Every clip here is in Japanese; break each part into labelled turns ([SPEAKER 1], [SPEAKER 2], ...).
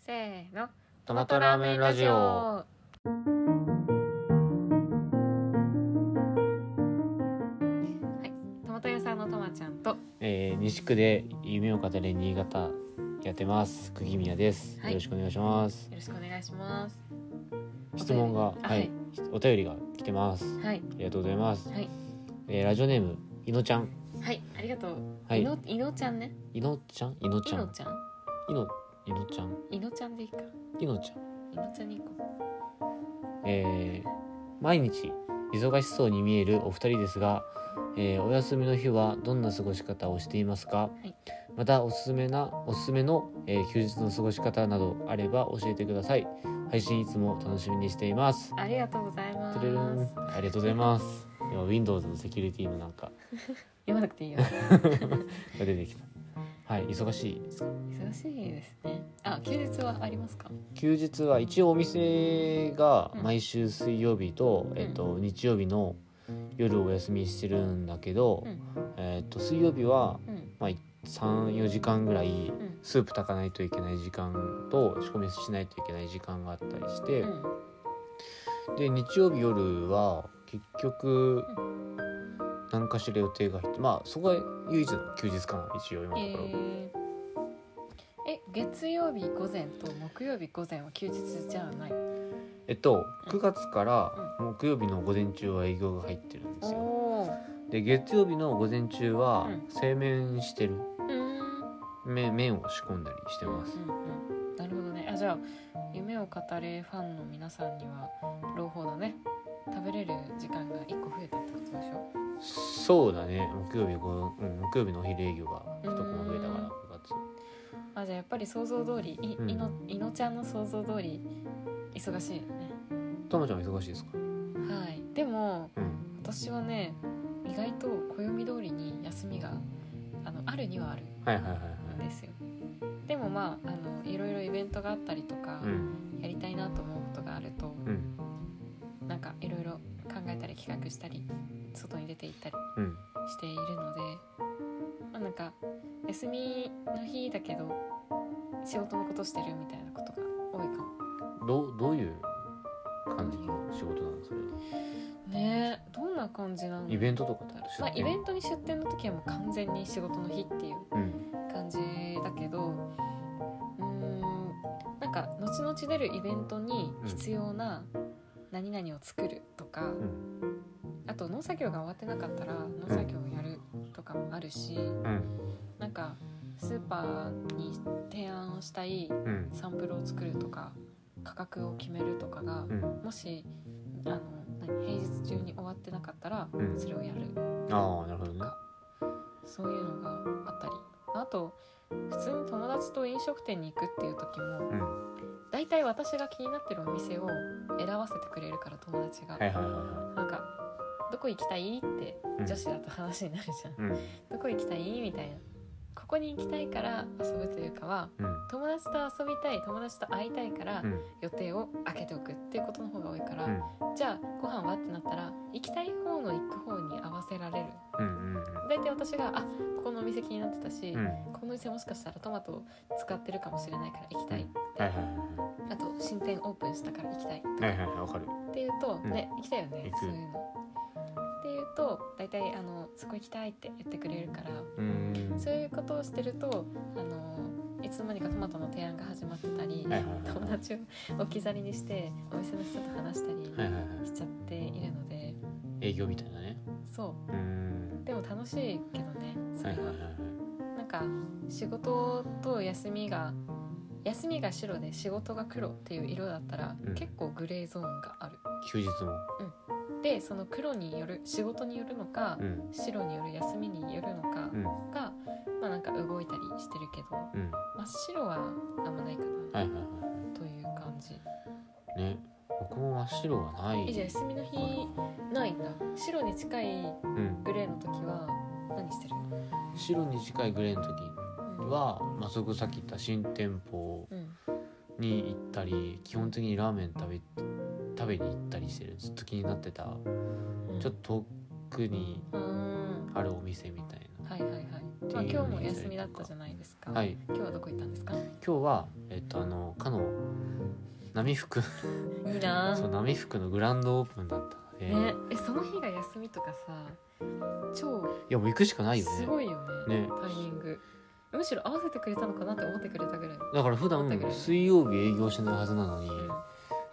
[SPEAKER 1] せーの
[SPEAKER 2] トマトラーメンラジオ
[SPEAKER 1] はいトマト屋さんのトマちゃんと
[SPEAKER 2] えー、西区で夢を語れ新潟やってます釘宮です、
[SPEAKER 1] はい
[SPEAKER 2] よろしくお願いします
[SPEAKER 1] よろしくお願いします
[SPEAKER 2] 質問が
[SPEAKER 1] あ
[SPEAKER 2] はい、
[SPEAKER 1] はい
[SPEAKER 2] お便りが来てます
[SPEAKER 1] はい
[SPEAKER 2] ありがとうございます、
[SPEAKER 1] はい
[SPEAKER 2] えー、ラジオネームいのちゃん
[SPEAKER 1] はいありがとう、、
[SPEAKER 2] はいい
[SPEAKER 1] のいのちゃんね
[SPEAKER 2] いのちゃんいの
[SPEAKER 1] い
[SPEAKER 2] ちゃ
[SPEAKER 1] の
[SPEAKER 2] ん
[SPEAKER 1] ちゃん
[SPEAKER 2] いのいのちゃん
[SPEAKER 1] いのちゃんでいいか
[SPEAKER 2] いのちゃん
[SPEAKER 1] いのちゃんに行こう
[SPEAKER 2] えー、毎日忙しそうに見えるお二人ですが、えー、お休みの日はどんな過ごし方をしていますか、
[SPEAKER 1] い
[SPEAKER 2] またおすすめなおすすめの、えー休日の過ごし方などあれば教えてください配信いつも楽しみにしています
[SPEAKER 1] ありがとうございます
[SPEAKER 2] てれれんありがとうございますいや Windows のセキュリティのなんか
[SPEAKER 1] 読まなくていいよ
[SPEAKER 2] が出てきたはい忙しい
[SPEAKER 1] 忙しいですねあ休日はありますか
[SPEAKER 2] 休日は一応お店が
[SPEAKER 1] うん
[SPEAKER 2] 毎週水曜日と、えっと、日曜日の夜お休みしてるんだけど、
[SPEAKER 1] うん
[SPEAKER 2] えっと、水曜日は
[SPEAKER 1] うん
[SPEAKER 2] 34時間ぐらい
[SPEAKER 1] うん
[SPEAKER 2] スープ炊かないといけない時間と仕込みしないといけない時間があったりして、
[SPEAKER 1] うん
[SPEAKER 2] で日曜日夜は結局何かしら予定が入ってまあそこが唯一の休日かな一応今のところ、
[SPEAKER 1] えーえ月曜日午前と木曜日午前は休日じゃない
[SPEAKER 2] えっと9月から木曜日の午前中は営業が入ってるんですよ
[SPEAKER 1] おー
[SPEAKER 2] で月曜日の午前中は
[SPEAKER 1] うん
[SPEAKER 2] 製麺してる
[SPEAKER 1] うーん
[SPEAKER 2] 麺麺を仕込んだりしてます
[SPEAKER 1] うんうんうん、なるほどねあじゃあ夢を語れファンの皆さんには朗報だね食べれる時間が1個増えたってことでしょ
[SPEAKER 2] そうだね木曜日ご、うん、木曜日のお昼営業が一コマ増えた
[SPEAKER 1] う
[SPEAKER 2] か
[SPEAKER 1] ん
[SPEAKER 2] ら9月
[SPEAKER 1] あじゃあやっぱり想像通りい,、
[SPEAKER 2] うん
[SPEAKER 1] いのいのちゃんの想像通り忙しいね
[SPEAKER 2] ともちゃんは忙しいですか
[SPEAKER 1] はいでも
[SPEAKER 2] うん
[SPEAKER 1] 私はね意外と暦通りに休みがあのあるにはある
[SPEAKER 2] はいはいはいは
[SPEAKER 1] んですよでもまああのいろいろイベントがあったりとか
[SPEAKER 2] いうん
[SPEAKER 1] やりたいなと思うことがあると、
[SPEAKER 2] うん
[SPEAKER 1] なんかいろいろ考えたり企画したり外に出て行ったり
[SPEAKER 2] うん
[SPEAKER 1] しているので、まあ、なんか休みの日だけど仕事のことしてるみたいなことが多いかも
[SPEAKER 2] どうどういう感じの仕事なのそれ
[SPEAKER 1] ねえどんな感じなの
[SPEAKER 2] イベントとか
[SPEAKER 1] だろうまあ、イベントに出店の時はもう完全に仕事の日っていう
[SPEAKER 2] うん
[SPEAKER 1] 感じだけどうーんなんか後々出るイベントに必要な何々を作るとか、
[SPEAKER 2] ん
[SPEAKER 1] あと農作業が終わってなかったら農作業をやるとかもあるし、
[SPEAKER 2] うん
[SPEAKER 1] なんかスーパーに提案をしたい
[SPEAKER 2] うん
[SPEAKER 1] サンプルを作るとか価格を決めるとかが
[SPEAKER 2] うん
[SPEAKER 1] もしあの何平日中に終わってなかったら
[SPEAKER 2] うん
[SPEAKER 1] それをやる
[SPEAKER 2] ああなるほどね
[SPEAKER 1] そういうのがあったりあと普通に友達と飲食店に行くっていう時も
[SPEAKER 2] うん
[SPEAKER 1] 大体私が気になってるお店を選ばせてくれるから友達が
[SPEAKER 2] はいはいはいは
[SPEAKER 1] なんか「どこ行きたい?」って
[SPEAKER 2] いうん
[SPEAKER 1] 女子だと話になるじゃん。
[SPEAKER 2] うん
[SPEAKER 1] どこ行きたいみたいなここに行きたいから遊ぶというかは
[SPEAKER 2] うん
[SPEAKER 1] 友達と遊びたい友達と会いたいから
[SPEAKER 2] うん
[SPEAKER 1] 予定を空けておくっていうことの方が多いから、
[SPEAKER 2] うん
[SPEAKER 1] じゃあご飯はってなったら行きたい方の行く方に合わせられる
[SPEAKER 2] うんうん
[SPEAKER 1] 大体私があここのお店気になってたし、
[SPEAKER 2] うん
[SPEAKER 1] このお店もしかしたらトマトを使ってるかもしれないから行きたい、
[SPEAKER 2] はいはいは
[SPEAKER 1] あと新店オープンしたから行きたい
[SPEAKER 2] いはいはいはいわかる
[SPEAKER 1] っていうと、
[SPEAKER 2] うん
[SPEAKER 1] ね行きたいよね
[SPEAKER 2] 行く
[SPEAKER 1] そういうの。っていうと大体あのそこ行きたいって言ってくれるから
[SPEAKER 2] うん
[SPEAKER 1] そういうことをしてるとあのいつの間にかトマトの提案が始まってたり、
[SPEAKER 2] はいはいはいはい
[SPEAKER 1] 友達を置き去りにしてお店の人と話したり
[SPEAKER 2] はいはいはい
[SPEAKER 1] しちゃっているので、
[SPEAKER 2] 営業みたいなね
[SPEAKER 1] そう
[SPEAKER 2] ーん
[SPEAKER 1] うでも楽しいけどねそ
[SPEAKER 2] は
[SPEAKER 1] れは、
[SPEAKER 2] いはいはいはい
[SPEAKER 1] なんか仕事と休みが休みが白で仕事が黒っていう色だったら、
[SPEAKER 2] うん
[SPEAKER 1] 結構グレーゾーンがある
[SPEAKER 2] 休日も
[SPEAKER 1] でその黒による仕事によるのか、
[SPEAKER 2] うん
[SPEAKER 1] 白による休みによるのか
[SPEAKER 2] うん
[SPEAKER 1] が、まあなんか動いたりしてるけど
[SPEAKER 2] うん
[SPEAKER 1] 真っ白はあんまないかな
[SPEAKER 2] はいはいはいは
[SPEAKER 1] という感じ。
[SPEAKER 2] いね僕も真っ白はない
[SPEAKER 1] えじゃあ休みの日ないんだ。白に近い
[SPEAKER 2] うん
[SPEAKER 1] グレーの時は何してる？
[SPEAKER 2] 白に近いグレーの時
[SPEAKER 1] うん、
[SPEAKER 2] は、まあ、そこさっき言った新店舗
[SPEAKER 1] うん、
[SPEAKER 2] に行ったり基本的にラーメン食べ食べに行ったりしてるずっと気になってたちょっと遠くに
[SPEAKER 1] うん、
[SPEAKER 2] あるお店みたいな
[SPEAKER 1] はいはいはい。
[SPEAKER 2] って
[SPEAKER 1] まあ、
[SPEAKER 2] いう
[SPEAKER 1] 今日
[SPEAKER 2] の
[SPEAKER 1] も
[SPEAKER 2] に気づ
[SPEAKER 1] 休
[SPEAKER 2] い
[SPEAKER 1] みだっ
[SPEAKER 2] たりと
[SPEAKER 1] たじ
[SPEAKER 2] か
[SPEAKER 1] ゃないですか、
[SPEAKER 2] はい
[SPEAKER 1] 今日はどこ行ったんですか
[SPEAKER 2] 今日はえっとあのかの波服
[SPEAKER 1] いいな
[SPEAKER 2] そう波服のグランドオープンだったので、
[SPEAKER 1] ねえその日が休みとかさ超
[SPEAKER 2] いやもう行くしかないよ
[SPEAKER 1] す
[SPEAKER 2] ね
[SPEAKER 1] ごいよね
[SPEAKER 2] ね
[SPEAKER 1] タイミングむしろ合わせてくれたのかなって思ってくれたぐらい、
[SPEAKER 2] だから普
[SPEAKER 1] 思
[SPEAKER 2] 段
[SPEAKER 1] ったぐらい
[SPEAKER 2] 水曜日営業してないはずなのに
[SPEAKER 1] う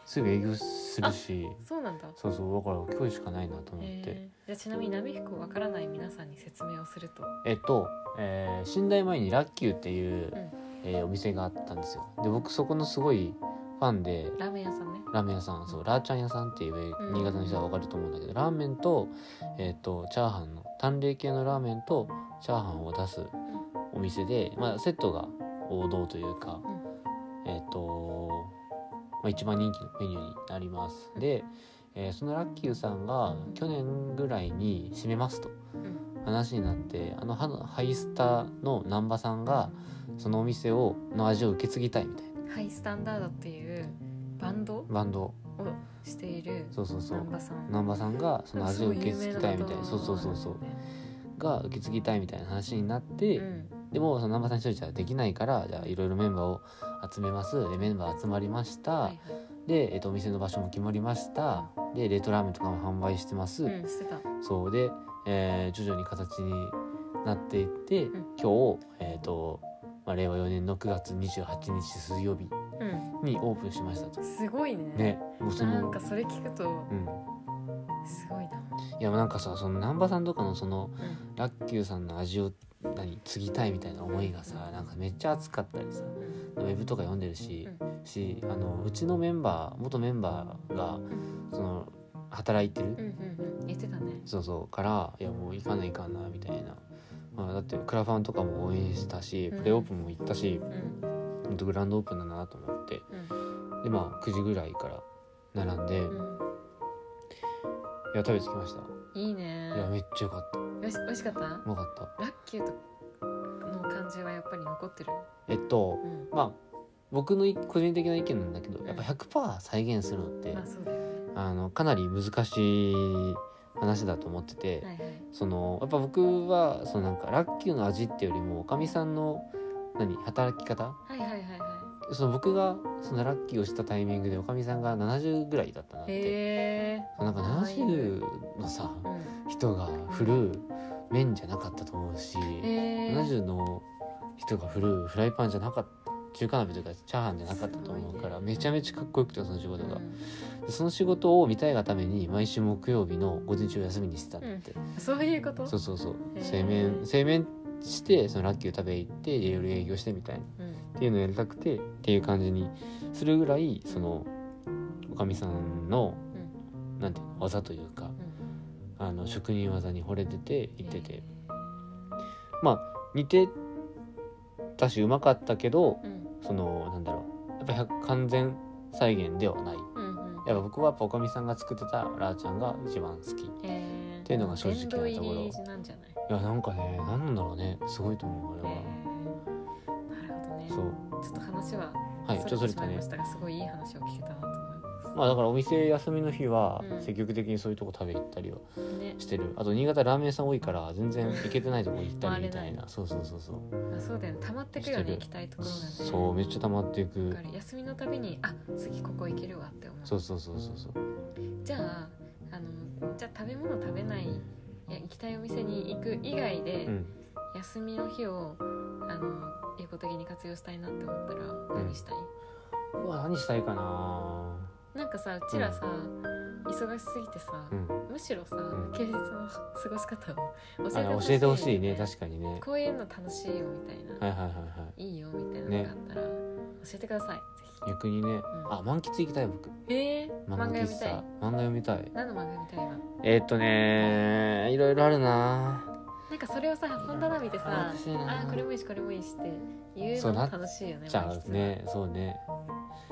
[SPEAKER 2] すぐ営業するし
[SPEAKER 1] ん、そうなんだ
[SPEAKER 2] そうそうだから今日しかないなと思って、
[SPEAKER 1] えーじゃあちなみに波服をわからない皆さんに説明をすると
[SPEAKER 2] えっと、えー寝台前にラッキューっていう、
[SPEAKER 1] うん
[SPEAKER 2] えーお店があったんですよで僕そこのすごいファンで
[SPEAKER 1] ラーメン屋さんね
[SPEAKER 2] ラーメン屋さんそうラーちゃん屋さんっていう
[SPEAKER 1] うん
[SPEAKER 2] 新潟の人は分かると思うんだけど、ラーメンと,、えー、とチャーハンの淡麗系のラーメンとチャーハンを出すお店で、まあ、セットが王道というか、えっ、と、まあ、一番人気のメニューになりますで、えーそのラッキューさんが去年ぐらいに閉めますと
[SPEAKER 1] うん
[SPEAKER 2] 話になってあのハハイスタの難波さんがそのお店をの味を受け継ぎたいみたいな
[SPEAKER 1] ハイスタンダードっていうバンドを
[SPEAKER 2] バンド
[SPEAKER 1] している
[SPEAKER 2] そうそうそう
[SPEAKER 1] 難波さん
[SPEAKER 2] 難波さんがその味を受け継ぎたいみたい
[SPEAKER 1] でも
[SPEAKER 2] な
[SPEAKER 1] す
[SPEAKER 2] そ
[SPEAKER 1] ご
[SPEAKER 2] うそう
[SPEAKER 1] 有名な
[SPEAKER 2] そうそ
[SPEAKER 1] バンドな
[SPEAKER 2] う
[SPEAKER 1] んだよね
[SPEAKER 2] が受け継ぎたいみたいな話になって、
[SPEAKER 1] うん
[SPEAKER 2] でもその難波さん一人じゃできないからじゃあいろいろメンバーを集めますでメンバー集まりました、
[SPEAKER 1] はいはい
[SPEAKER 2] で、えっとお店の場所も決まりましたで冷凍ラーメンとかも販売してます、
[SPEAKER 1] うんしてた
[SPEAKER 2] そうで、えー徐々に形になっていって、
[SPEAKER 1] ん
[SPEAKER 2] 今日、えーとまあ、令和4年の9月28日水曜日
[SPEAKER 1] う
[SPEAKER 2] にオープンしましたと
[SPEAKER 1] ん。すごいね
[SPEAKER 2] ね、もうそ
[SPEAKER 1] なん
[SPEAKER 2] の
[SPEAKER 1] かそれ聞くと
[SPEAKER 2] うん、
[SPEAKER 1] すごいな、
[SPEAKER 2] いやなんかさその難波さんとかのその
[SPEAKER 1] うん
[SPEAKER 2] ラッキューさんの味を何継ぎたいみたいな思いがさなんかめっちゃ熱かったりさウェブとか読んでるし,、しあのうちのメンバー元メンバーがその働いてる、
[SPEAKER 1] うんうんうん言ってたね
[SPEAKER 2] そうそうからいやもう行かないかんなみたいな、まあ、だってクラファンとかも応援したし
[SPEAKER 1] うん
[SPEAKER 2] プレオープンも行ったし
[SPEAKER 1] うん
[SPEAKER 2] ほんとグランドオープンだなと思って
[SPEAKER 1] う
[SPEAKER 2] でまあ9時ぐらいから並んで、い
[SPEAKER 1] んうん
[SPEAKER 2] や食べてきました
[SPEAKER 1] いいね
[SPEAKER 2] いやめっちゃよかったう
[SPEAKER 1] よし美味しかったラ
[SPEAKER 2] まかった
[SPEAKER 1] ッキーとの感じはやっぱり残ってる
[SPEAKER 2] えっと
[SPEAKER 1] うん
[SPEAKER 2] まあ僕のい個人的な意見なんだけど
[SPEAKER 1] うん
[SPEAKER 2] やっぱ100%再現するのって、
[SPEAKER 1] まあそうだよね
[SPEAKER 2] あのかなり難しい話だと思ってて、
[SPEAKER 1] はいはい
[SPEAKER 2] そのやっぱ僕はそのなんかラッキューの味っていうよりもおかみさんの何働き方
[SPEAKER 1] はいはいはいは
[SPEAKER 2] その僕がそのラッキーをしたタイミングでおかみさんが70ぐらいだったなっ
[SPEAKER 1] い
[SPEAKER 2] て、
[SPEAKER 1] へえ
[SPEAKER 2] なんか70のさ
[SPEAKER 1] うん
[SPEAKER 2] 人が振る麺じゃなかったと思うし、
[SPEAKER 1] へえ
[SPEAKER 2] 70の人が振るフライパンじゃなかった中華鍋というかチャーハンじゃなかったと思うか
[SPEAKER 1] す
[SPEAKER 2] ら、
[SPEAKER 1] ごいね
[SPEAKER 2] めちゃめちゃかっこよくてその仕事が、
[SPEAKER 1] う
[SPEAKER 2] でその仕事を見たいがために毎週木曜日の午前中を休みにしてたんだって、
[SPEAKER 1] んそういうこと
[SPEAKER 2] そうそうそう
[SPEAKER 1] へえ
[SPEAKER 2] 製麺製麺してそのラッキーを食べ行ってで夜営業してみたいな。
[SPEAKER 1] うん
[SPEAKER 2] っていうのをやりたくてっていう感じにするぐらいそのおかみさんの、なんていうの技というかあの職人技に惚れてて
[SPEAKER 1] うん
[SPEAKER 2] 行ってて
[SPEAKER 1] へ
[SPEAKER 2] まあ似てたしうまかったけど
[SPEAKER 1] えうん
[SPEAKER 2] そのなんだろうやっぱ100完全再現ではない
[SPEAKER 1] うんうん
[SPEAKER 2] やっぱ僕はやっぱおかみさんが作ってたラーちゃんが一番好きい
[SPEAKER 1] へえ
[SPEAKER 2] っていうのが正直なところ
[SPEAKER 1] 殿堂入りなんじゃないへ
[SPEAKER 2] やなんかね何なんだろうねすごいと思うあれは、
[SPEAKER 1] えなるほどね
[SPEAKER 2] そう
[SPEAKER 1] ちょっと話は
[SPEAKER 2] はいちょっとそ
[SPEAKER 1] れ
[SPEAKER 2] れ
[SPEAKER 1] て
[SPEAKER 2] と
[SPEAKER 1] しまい
[SPEAKER 2] ね
[SPEAKER 1] ましたがすごいいい話を聞けたなと思います
[SPEAKER 2] まあだからお店休みの日は
[SPEAKER 1] うん
[SPEAKER 2] 積極的にそういうとこ食べ行ったりは
[SPEAKER 1] ね
[SPEAKER 2] してるあと新潟ラーメン屋さん多いから全然行けてないとこ行った
[SPEAKER 1] 回
[SPEAKER 2] り
[SPEAKER 1] れ
[SPEAKER 2] みた
[SPEAKER 1] ない
[SPEAKER 2] いなそうそうそうそう
[SPEAKER 1] あそうだよね溜まってくよ
[SPEAKER 2] して
[SPEAKER 1] ね
[SPEAKER 2] る
[SPEAKER 1] 行きたいところがね
[SPEAKER 2] そうめっちゃ溜まってい
[SPEAKER 1] わ
[SPEAKER 2] く
[SPEAKER 1] かる休みのたびにあ次ここ行けるわって思う
[SPEAKER 2] そうそうそうそうそう
[SPEAKER 1] じゃああのじゃあ食べ物食べないいや行きたいお店に行く以外で、
[SPEAKER 2] うん
[SPEAKER 1] 休みの日をあの有効的に活用したいなって思ったら
[SPEAKER 2] ん
[SPEAKER 1] 何したい、
[SPEAKER 2] うわ何したいかな
[SPEAKER 1] なんかさうちらさ、忙しすぎてさ、
[SPEAKER 2] うん
[SPEAKER 1] むしろさ、
[SPEAKER 2] ん
[SPEAKER 1] 休日の過ごし方を教えて
[SPEAKER 2] あ
[SPEAKER 1] ほしい
[SPEAKER 2] 教えてほしいね確かにね
[SPEAKER 1] こういうの楽しいよみたいな、
[SPEAKER 2] はいはいはいはい
[SPEAKER 1] い、いよみたいなのがあったら、教えてくださいぜ
[SPEAKER 2] 逆にね
[SPEAKER 1] ん
[SPEAKER 2] あ満喫行きたい僕
[SPEAKER 1] ひえー、漫画
[SPEAKER 2] 漫画
[SPEAKER 1] 読み
[SPEAKER 2] 喫
[SPEAKER 1] たい
[SPEAKER 2] 茶漫画読みたい
[SPEAKER 1] 何の漫画読みたいな
[SPEAKER 2] えーっとねいろいろあるな
[SPEAKER 1] なんかそれをさ本棚見てさ
[SPEAKER 2] 楽しいな
[SPEAKER 1] あーこれもいいしこれもいいしって言う
[SPEAKER 2] そ
[SPEAKER 1] の
[SPEAKER 2] う
[SPEAKER 1] も
[SPEAKER 2] な
[SPEAKER 1] 楽しいよね
[SPEAKER 2] じゃ
[SPEAKER 1] 満
[SPEAKER 2] あ
[SPEAKER 1] 喫
[SPEAKER 2] ねそうね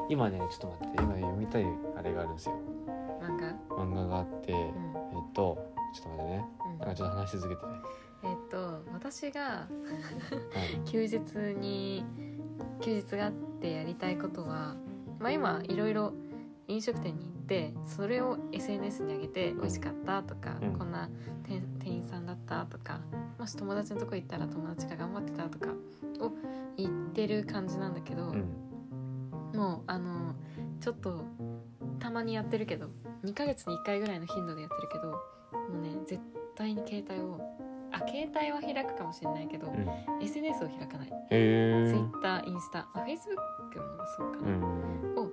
[SPEAKER 2] 今ねちょっと待って今読みたいあれがあるんですよ
[SPEAKER 1] 漫画
[SPEAKER 2] 漫画があってえ
[SPEAKER 1] うんうん
[SPEAKER 2] っとちょっと待ってねなんかちょっと話し続けてね
[SPEAKER 1] えっと私が
[SPEAKER 2] はい
[SPEAKER 1] 休日に休日があってやりたいことはまあ今いろいろ飲食店に行ってそれを SNS に上げて
[SPEAKER 2] ん
[SPEAKER 1] 美味しかったとか、
[SPEAKER 2] うん
[SPEAKER 1] こんな店店員さんだったとかもし友達のとこ行ったら友達が頑張ってたとかを言ってる感じなんだけど、
[SPEAKER 2] うん
[SPEAKER 1] もうあのちょっとたまにやってるけど2ヶ月に1回ぐらいの頻度でやってるけどもうね絶対に携帯をあ携帯は開くかもしれないけど、
[SPEAKER 2] うん
[SPEAKER 1] SNS を開かない
[SPEAKER 2] へえ
[SPEAKER 1] Twitter インスタあ Facebook もそうか
[SPEAKER 2] う
[SPEAKER 1] な、
[SPEAKER 2] ん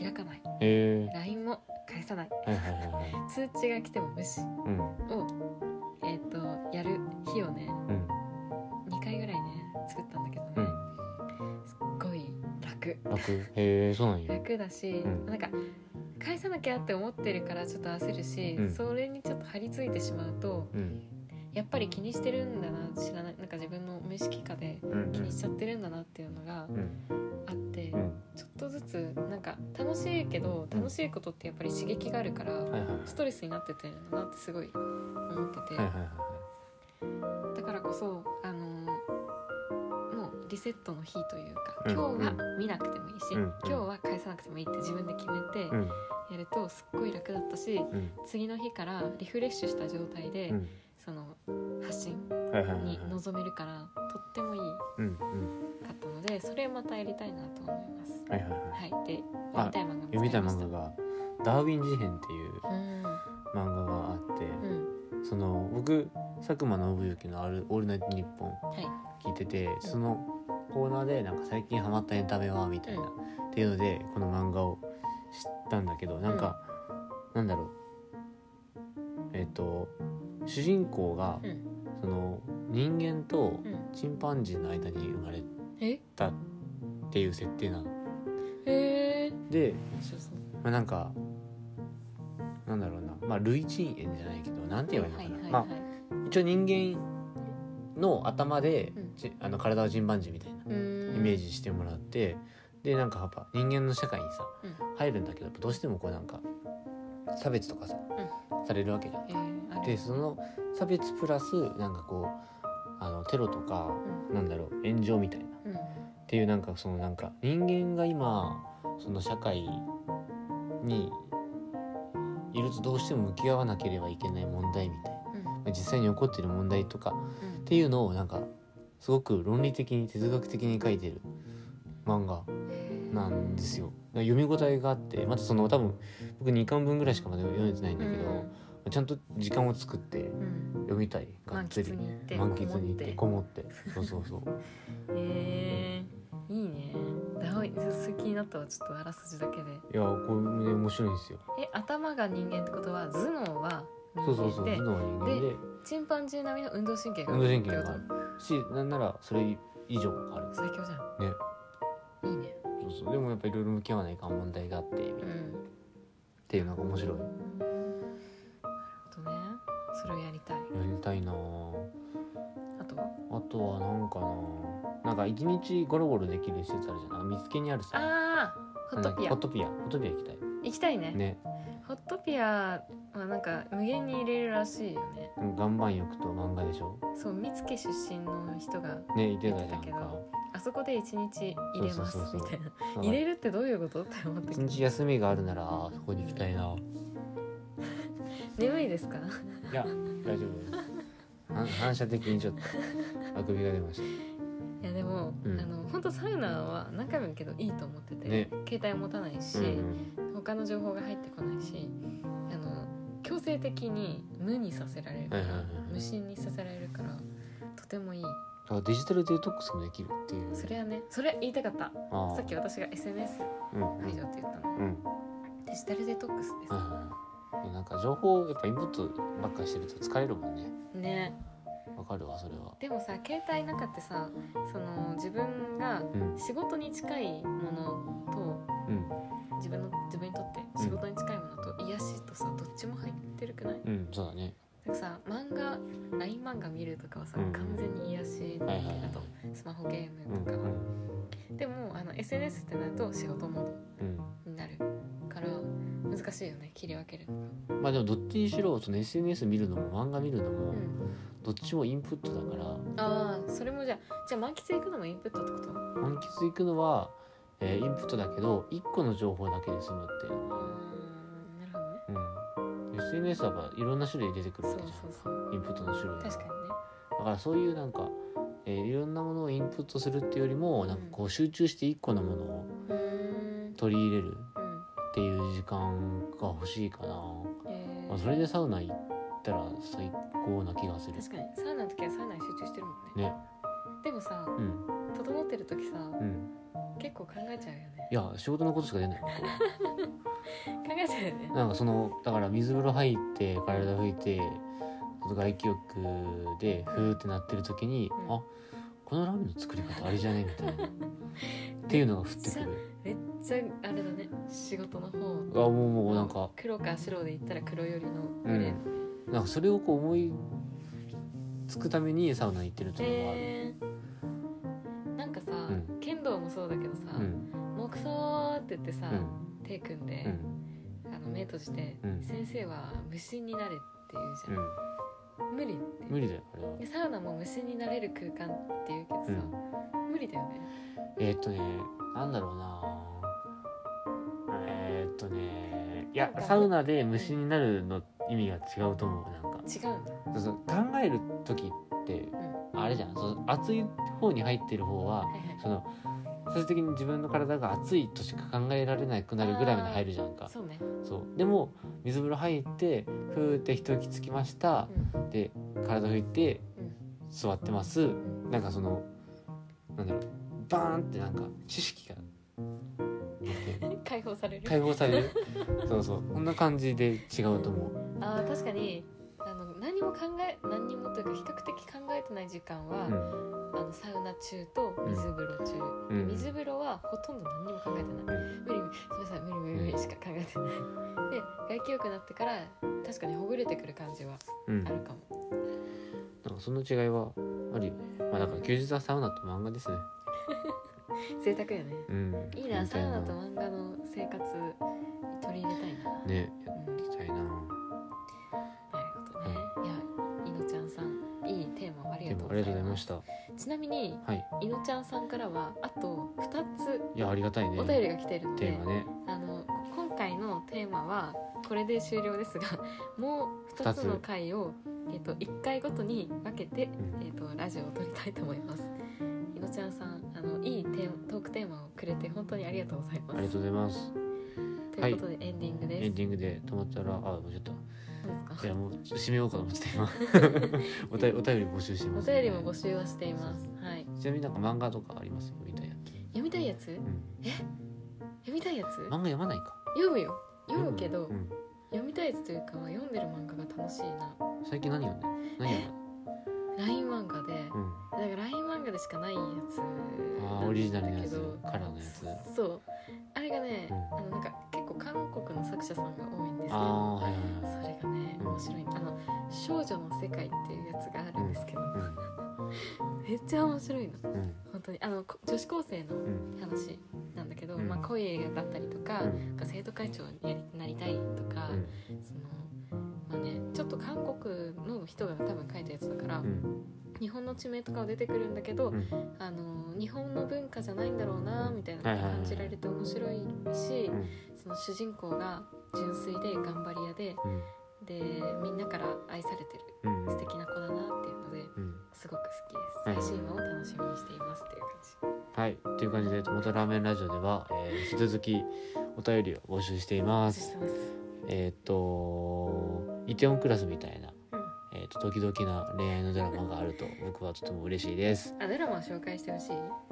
[SPEAKER 1] 開かない
[SPEAKER 2] へえ
[SPEAKER 1] LINE も返さない
[SPEAKER 2] はいはいはいはい
[SPEAKER 1] 通知が来ても無視
[SPEAKER 2] うん
[SPEAKER 1] を、えー、とやる日をね
[SPEAKER 2] うん
[SPEAKER 1] 2回ぐらいね作ったんだけどね、
[SPEAKER 2] うん
[SPEAKER 1] すっごい楽
[SPEAKER 2] 楽へえそうなんや
[SPEAKER 1] 楽だし、
[SPEAKER 2] うん
[SPEAKER 1] なんか返さなきゃって思ってるからちょっと焦るし、
[SPEAKER 2] うん
[SPEAKER 1] それにちょっと張り付いてしまうと
[SPEAKER 2] うん
[SPEAKER 1] やっぱり気にしてるんだな知らないなんか自分の無意識下で
[SPEAKER 2] うんうん
[SPEAKER 1] 気にしちゃってるんだなっていうのが
[SPEAKER 2] うん
[SPEAKER 1] あって、
[SPEAKER 2] うん
[SPEAKER 1] ちょっとずつなんか楽しいけど楽しいことってやっぱり刺激があるから、
[SPEAKER 2] はいはいはい
[SPEAKER 1] ストレスになっててるんだなってすごい思ってて、
[SPEAKER 2] はいはいはい
[SPEAKER 1] だからこそあのーもうリセットの日というか
[SPEAKER 2] うん
[SPEAKER 1] 今日は見なくてもいいし、
[SPEAKER 2] うん
[SPEAKER 1] 今日は返さなくてもいいって自分で決めて
[SPEAKER 2] うん
[SPEAKER 1] やるとすっごい楽だったし
[SPEAKER 2] うん
[SPEAKER 1] 次の日からリフレッシュした状態で、
[SPEAKER 2] うん
[SPEAKER 1] その発信
[SPEAKER 2] はいはいはいはい
[SPEAKER 1] に臨めるからとってもいい
[SPEAKER 2] うんうん
[SPEAKER 1] かったのでそれまたやりたいなと思います。
[SPEAKER 2] はいはいはい
[SPEAKER 1] はい、で
[SPEAKER 2] あ
[SPEAKER 1] 読みたい漫画
[SPEAKER 2] 読
[SPEAKER 1] 見
[SPEAKER 2] み
[SPEAKER 1] つか
[SPEAKER 2] たい
[SPEAKER 1] りまし
[SPEAKER 2] 漫
[SPEAKER 1] た
[SPEAKER 2] 画が「ダーウィン事変」っていう
[SPEAKER 1] うん
[SPEAKER 2] 漫画があって、
[SPEAKER 1] うん
[SPEAKER 2] その僕佐久間信之のある「オールナイトニッポン
[SPEAKER 1] はい」
[SPEAKER 2] 聞いててそのコーナーでなんか最近ハマったエンタメはみたいなっていうのでこの漫画を知ったんだけどなんか、なんだろうえっ、と主人公が
[SPEAKER 1] うん
[SPEAKER 2] その人間と
[SPEAKER 1] うん
[SPEAKER 2] チンパンジーの間に生まれ
[SPEAKER 1] え
[SPEAKER 2] たっていう設定なの。
[SPEAKER 1] へえ
[SPEAKER 2] で
[SPEAKER 1] 面白そう
[SPEAKER 2] まあ、なんかなんだろうなまあ類人猿じゃないけどなんて言えばいいのかな、
[SPEAKER 1] はいはいはい
[SPEAKER 2] ま
[SPEAKER 1] はい
[SPEAKER 2] あ、一応人間の頭で、
[SPEAKER 1] うん
[SPEAKER 2] じあの体はチンパンジーみたいな
[SPEAKER 1] イメ
[SPEAKER 2] イメージしてもらって、でなんかやっぱ人間の社会にさ、
[SPEAKER 1] う
[SPEAKER 2] 入るんだけどやっぱどうしてもこうなんか差別とかさ、されるわけじゃん。
[SPEAKER 1] えー、ある
[SPEAKER 2] でその差別プラスなんかこうあのテロとか、なんだろう炎上みたいな
[SPEAKER 1] うん
[SPEAKER 2] っていうなんかそのなんか人間が今その社会にいるとどうしても向き合わなければいけない問題みたいな
[SPEAKER 1] うん
[SPEAKER 2] 実際に起こっている問題とか
[SPEAKER 1] うん
[SPEAKER 2] っていうのをなんかすごく論理的に哲学的に書いてる漫画なんですよ。だから読み応えがあってまたその多分僕2巻分ぐらいしかまだ読んでないんだけど、ちゃんと時間を作って
[SPEAKER 1] うんうん
[SPEAKER 2] 読みたいがっ
[SPEAKER 1] 満
[SPEAKER 2] つ
[SPEAKER 1] 喫
[SPEAKER 2] り
[SPEAKER 1] に行って
[SPEAKER 2] 満喫に行って
[SPEAKER 1] こも
[SPEAKER 2] こもってそうそうそう
[SPEAKER 1] ってえー、いいねダウイそれ気になったわちょっとあらすじだけで
[SPEAKER 2] いやこれね面白いんですよ。
[SPEAKER 1] え頭が人間ってことは頭脳は
[SPEAKER 2] そ
[SPEAKER 1] 人
[SPEAKER 2] うそう
[SPEAKER 1] 間
[SPEAKER 2] そう
[SPEAKER 1] で
[SPEAKER 2] 頭脳は人間で
[SPEAKER 1] チンパンジー並みの運動神経が
[SPEAKER 2] 運動神経があ
[SPEAKER 1] っ
[SPEAKER 2] る
[SPEAKER 1] て
[SPEAKER 2] しなんならそれ以上ある
[SPEAKER 1] こと最強じゃんい
[SPEAKER 2] ね
[SPEAKER 1] いね
[SPEAKER 2] そうそうでもやっぱいろいろ向き合わないかん問題があってみたいな、
[SPEAKER 1] う
[SPEAKER 2] っ
[SPEAKER 1] ん
[SPEAKER 2] ていうのが面白いや
[SPEAKER 1] なるほどねそれをやりたい
[SPEAKER 2] りたいなぁ
[SPEAKER 1] あとは
[SPEAKER 2] あとはなんかなぁなんか一日ゴロゴロできる施設あるじゃん見つけにあるさ
[SPEAKER 1] あーホットピ
[SPEAKER 2] ホ
[SPEAKER 1] ア
[SPEAKER 2] ットピアホットピア行きたい
[SPEAKER 1] 行きたいね
[SPEAKER 2] ね
[SPEAKER 1] ホットピアはなんか無限に入れるらしいよね
[SPEAKER 2] 岩盤浴と漫画でしょ
[SPEAKER 1] そう三木出身の人が
[SPEAKER 2] ね言ってたじ
[SPEAKER 1] 言
[SPEAKER 2] ゃ
[SPEAKER 1] っ
[SPEAKER 2] ん
[SPEAKER 1] てたけ
[SPEAKER 2] か
[SPEAKER 1] どあそこで一日入れます
[SPEAKER 2] そうそうそうそう
[SPEAKER 1] みたいな
[SPEAKER 2] なんか
[SPEAKER 1] 入れるってどういうことって思って
[SPEAKER 2] 一日休みがあるならあそこに行きたい なぁ
[SPEAKER 1] 眠いですか
[SPEAKER 2] いや大丈夫です反反射的にちょっとあくびが出まし
[SPEAKER 1] いやでも、
[SPEAKER 2] うん
[SPEAKER 1] あの本当サウナは何回も言うけどいいと思ってて、
[SPEAKER 2] ね
[SPEAKER 1] 携帯持たないし、
[SPEAKER 2] た、うんうん
[SPEAKER 1] 他の情報が入ってこないしあの強制的に無にさせられるから、
[SPEAKER 2] はいはいはいはい
[SPEAKER 1] 無心にさせられるからとてもいい
[SPEAKER 2] だからデジタルデトックスもできるっていう
[SPEAKER 1] それはねそれ言いたかった
[SPEAKER 2] ああ
[SPEAKER 1] さっき私が SNS
[SPEAKER 2] うんうん
[SPEAKER 1] 排除って言ったの、
[SPEAKER 2] うん
[SPEAKER 1] デジタルデトックスです、
[SPEAKER 2] はいはいはいなんか情報やっぱインプットばっかしてると疲れるもんね
[SPEAKER 1] ね
[SPEAKER 2] わかるわそれは
[SPEAKER 1] でもさ携帯なんかってさその自分が
[SPEAKER 2] うん
[SPEAKER 1] 仕事に近いもの
[SPEAKER 2] うん
[SPEAKER 1] と自分の自分にとって仕事に近いものと癒しとさどっちも入ってるくない
[SPEAKER 2] うんそうだね
[SPEAKER 1] なんかさ漫画 LINE 漫画見るとかはさ、
[SPEAKER 2] うん
[SPEAKER 1] 完全に癒しだ
[SPEAKER 2] はいはいはい
[SPEAKER 1] とスマホゲー
[SPEAKER 2] うん
[SPEAKER 1] ム
[SPEAKER 2] う
[SPEAKER 1] とかは、
[SPEAKER 2] ん
[SPEAKER 1] でもあの SNS ってなると仕事モードになるから難しいよね切り分けるのが、
[SPEAKER 2] うんまあでもどっちにしろその SNS 見るのも漫画見るのも
[SPEAKER 1] うん、
[SPEAKER 2] どっちもインプットだから
[SPEAKER 1] ああそれもじゃあじゃあ満喫行くのもインプットってこと
[SPEAKER 2] 満喫行くのはえーインプットだけど1個の情報だけで済むっていうの
[SPEAKER 1] うーん
[SPEAKER 2] が
[SPEAKER 1] なるほどね
[SPEAKER 2] うん、SNS はやっぱいろんな種類出てくる
[SPEAKER 1] そう
[SPEAKER 2] わけじゃん
[SPEAKER 1] そうそう
[SPEAKER 2] インプットの種類が
[SPEAKER 1] 確かにね
[SPEAKER 2] だからそういうなんか、えーいろんなものをインプットするっていうよりもなんかこう集中して一個のものを
[SPEAKER 1] うーん
[SPEAKER 2] 取り入れる
[SPEAKER 1] うん
[SPEAKER 2] っていう時間が欲しいかな、
[SPEAKER 1] え
[SPEAKER 2] ま
[SPEAKER 1] ー
[SPEAKER 2] あ、それでサウナ行ったら最高な気がする
[SPEAKER 1] 確かにサウナの時はサウナに集中してるもんね
[SPEAKER 2] ね
[SPEAKER 1] でもさ
[SPEAKER 2] うん
[SPEAKER 1] 整ってる時さ
[SPEAKER 2] うん
[SPEAKER 1] 結構考えちゃうよね
[SPEAKER 2] いや仕事のことしか 出ない僕は
[SPEAKER 1] 考えちゃうよね
[SPEAKER 2] なんかそのだから水風呂入って体拭いてちょっと外気浴でふーってなってる時に、
[SPEAKER 1] うん
[SPEAKER 2] あこのラーメンの作り方あれじゃねみた いなっていうのが降ってくる
[SPEAKER 1] めっちゃあれだね仕事の方
[SPEAKER 2] あもうもうなんか
[SPEAKER 1] 黒か白で言ったら黒よりの
[SPEAKER 2] う
[SPEAKER 1] グレーの、
[SPEAKER 2] ん、なんかそれをこう思いつくためにサウナ行ってるっていうのがある、
[SPEAKER 1] へーなんかさ、
[SPEAKER 2] うん
[SPEAKER 1] 剣道もそうだけどさ「
[SPEAKER 2] うん
[SPEAKER 1] もうくそー」って言ってさ、
[SPEAKER 2] うん
[SPEAKER 1] 手組んで
[SPEAKER 2] う、ん
[SPEAKER 1] あの目閉じて、
[SPEAKER 2] うん
[SPEAKER 1] 先生は無心になれ」って言うじ
[SPEAKER 2] う
[SPEAKER 1] ゃん、
[SPEAKER 2] ん
[SPEAKER 1] 無理って
[SPEAKER 2] 無理だよあれは
[SPEAKER 1] でサウナも無心になれる空間って言うけどさ、
[SPEAKER 2] うん
[SPEAKER 1] 無理だよね
[SPEAKER 2] えーっとねなんだろうなえーっとねいやサウナで虫になるの意味が違うと思うなんか
[SPEAKER 1] 違うんだ
[SPEAKER 2] そうそう考える時って
[SPEAKER 1] うん
[SPEAKER 2] あれじゃんそう熱い方に入ってる方は
[SPEAKER 1] はいはい
[SPEAKER 2] その最終的に自分の体が熱いとしか考えられなくなるぐらいまで入るじゃんか
[SPEAKER 1] そうね、
[SPEAKER 2] そうでも水風呂入ってふーって一息つきました
[SPEAKER 1] うん
[SPEAKER 2] で体拭いて
[SPEAKER 1] うん
[SPEAKER 2] 座ってますなんかそのなんだろうバーンってなんか知識がなんていうの
[SPEAKER 1] 解放される
[SPEAKER 2] 解放され るそうそうこんな感じで違うと思う
[SPEAKER 1] あー確かにあの何も考え何にもというか比較的考えてない時間は、
[SPEAKER 2] うん
[SPEAKER 1] あのサウナ中と水風呂中、
[SPEAKER 2] うん
[SPEAKER 1] で水風呂はほとんど何にも考えてない、無理無理すみません無理無理無理
[SPEAKER 2] うん
[SPEAKER 1] しか考えてないで外気浴になってから確かにほぐれてくる感じは
[SPEAKER 2] うん
[SPEAKER 1] あ
[SPEAKER 2] なん
[SPEAKER 1] る
[SPEAKER 2] か
[SPEAKER 1] かも、
[SPEAKER 2] その違いはあるよねまあだから休日はサウナと漫画ですね
[SPEAKER 1] 贅沢よね
[SPEAKER 2] うん
[SPEAKER 1] いいな
[SPEAKER 2] み
[SPEAKER 1] サ
[SPEAKER 2] た
[SPEAKER 1] ウナと漫画の生活取り入れたいな、
[SPEAKER 2] ねや
[SPEAKER 1] うん
[SPEAKER 2] っていきたいな
[SPEAKER 1] なるほどね、いやいのちゃんさんいいテーマをあり
[SPEAKER 2] で
[SPEAKER 1] がとう
[SPEAKER 2] も
[SPEAKER 1] ご
[SPEAKER 2] あ
[SPEAKER 1] ざい
[SPEAKER 2] りがとうございま
[SPEAKER 1] ま
[SPEAKER 2] し
[SPEAKER 1] す
[SPEAKER 2] た
[SPEAKER 1] ちなみに
[SPEAKER 2] はい
[SPEAKER 1] いのちゃんさんからはあと2つ
[SPEAKER 2] いやありがたいね
[SPEAKER 1] お便りが来てるので、
[SPEAKER 2] テーマね
[SPEAKER 1] あの今回のテーマはこれで終了ですが もう2
[SPEAKER 2] 二
[SPEAKER 1] つ
[SPEAKER 2] つ
[SPEAKER 1] の回を、えっと1回ごとに分けて、
[SPEAKER 2] ん
[SPEAKER 1] えっとラジオを撮りたいと思います。いのちゃんさんあのいいテーマトークテーマをくれて本当にありがとうございます。
[SPEAKER 2] ありがとうございます
[SPEAKER 1] ということで、エンディングです。
[SPEAKER 2] エンディングで止まったらあもうちょ っと
[SPEAKER 1] どうですか
[SPEAKER 2] いやもう締めようかと思ってた 今おたお便り募集してます
[SPEAKER 1] お便りも募集はしています。はい、
[SPEAKER 2] ちなみになんか漫画とかありますよみたいな、
[SPEAKER 1] 読みたいやつ読
[SPEAKER 2] うん、
[SPEAKER 1] みたいやつ
[SPEAKER 2] 漫画読まないか
[SPEAKER 1] 読むよ読むけど、
[SPEAKER 2] うん
[SPEAKER 1] 読みたいやつというかまあ読んでる漫画が楽しいな。
[SPEAKER 2] 最近何読んでる何読んでる
[SPEAKER 1] LINE 漫画で、
[SPEAKER 2] うん
[SPEAKER 1] だから LINE 漫画でしかないやつ
[SPEAKER 2] あーオリジナルのやつカラーのやつ
[SPEAKER 1] そうあれがね、
[SPEAKER 2] うん
[SPEAKER 1] あのなんか結構韓国の作者さんが多いんですけ
[SPEAKER 2] あ
[SPEAKER 1] ど
[SPEAKER 2] あはいはいはい
[SPEAKER 1] それがね
[SPEAKER 2] うん
[SPEAKER 1] 面白いあの「少女の世界」っていうやつがあるんですけど、めっちゃ面白いの
[SPEAKER 2] うんうん
[SPEAKER 1] 本当にあのこ女子高生の
[SPEAKER 2] うん
[SPEAKER 1] 話なんだけど、
[SPEAKER 2] うん
[SPEAKER 1] まあ、恋映画だったりとか、
[SPEAKER 2] うん
[SPEAKER 1] なんか生徒会長になりたいとか、
[SPEAKER 2] うん
[SPEAKER 1] そのまあねちょっと韓国の人が多分書いたやつだから、
[SPEAKER 2] うん
[SPEAKER 1] 日本の地名とかは出てくるんだけど、
[SPEAKER 2] うん
[SPEAKER 1] あの日本の文化じゃないんだろうなみたいなのが感じられて面白いし
[SPEAKER 2] うん
[SPEAKER 1] その主人公が純粋で頑張り屋で
[SPEAKER 2] うん
[SPEAKER 1] でみんなから愛されてる
[SPEAKER 2] うん
[SPEAKER 1] 素敵な子だなっていうので
[SPEAKER 2] うん
[SPEAKER 1] すごく好き
[SPEAKER 2] はい
[SPEAKER 1] です最新話を楽しみにしていますっていう感
[SPEAKER 2] はいという感じで「トマトラーメンラジオ」では、えー引き続きお便りを募集していま
[SPEAKER 1] じ
[SPEAKER 2] す
[SPEAKER 1] してます
[SPEAKER 2] えーっとイテオンクラスみたいな、
[SPEAKER 1] うん
[SPEAKER 2] えーっと時々な恋愛のドラマがあると僕はとても嬉しいです
[SPEAKER 1] あドラマを紹介してほしい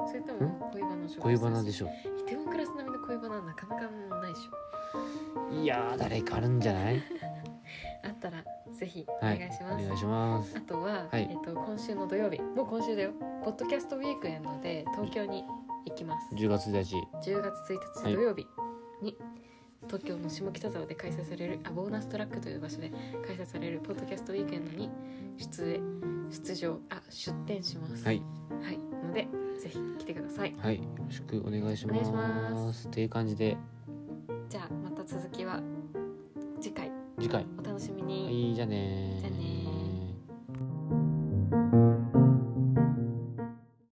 [SPEAKER 1] それとも恋バナを紹介
[SPEAKER 2] 恋
[SPEAKER 1] して
[SPEAKER 2] バ
[SPEAKER 1] ほ
[SPEAKER 2] ナ
[SPEAKER 1] しい
[SPEAKER 2] でしょ
[SPEAKER 1] イテウォンクラス並みの恋バナはなかなかもうないでしょ
[SPEAKER 2] いやー誰かあるんじゃない
[SPEAKER 1] あったらぜひお
[SPEAKER 2] は
[SPEAKER 1] 願い
[SPEAKER 2] い
[SPEAKER 1] します、
[SPEAKER 2] お願いします
[SPEAKER 1] あとは、
[SPEAKER 2] はい
[SPEAKER 1] えっと今週の土曜日もう今週だよポッドキャストウィークエンドで東京に行きます
[SPEAKER 2] 10月1日
[SPEAKER 1] 10月1
[SPEAKER 2] はい
[SPEAKER 1] 日土曜日に、東京の下北沢で開催されるあボーナストラックという場所で開催されるポッドキャストウィークエンドに出演出場あ出展します
[SPEAKER 2] はい、
[SPEAKER 1] はい、のでぜひ来てください
[SPEAKER 2] はいよろしくお願いし
[SPEAKER 1] お願いし
[SPEAKER 2] ま
[SPEAKER 1] ます
[SPEAKER 2] っていう感じで
[SPEAKER 1] じゃあまた続きは次回
[SPEAKER 2] 次回
[SPEAKER 1] お楽しみに、
[SPEAKER 2] はいじゃあねー
[SPEAKER 1] じゃあねー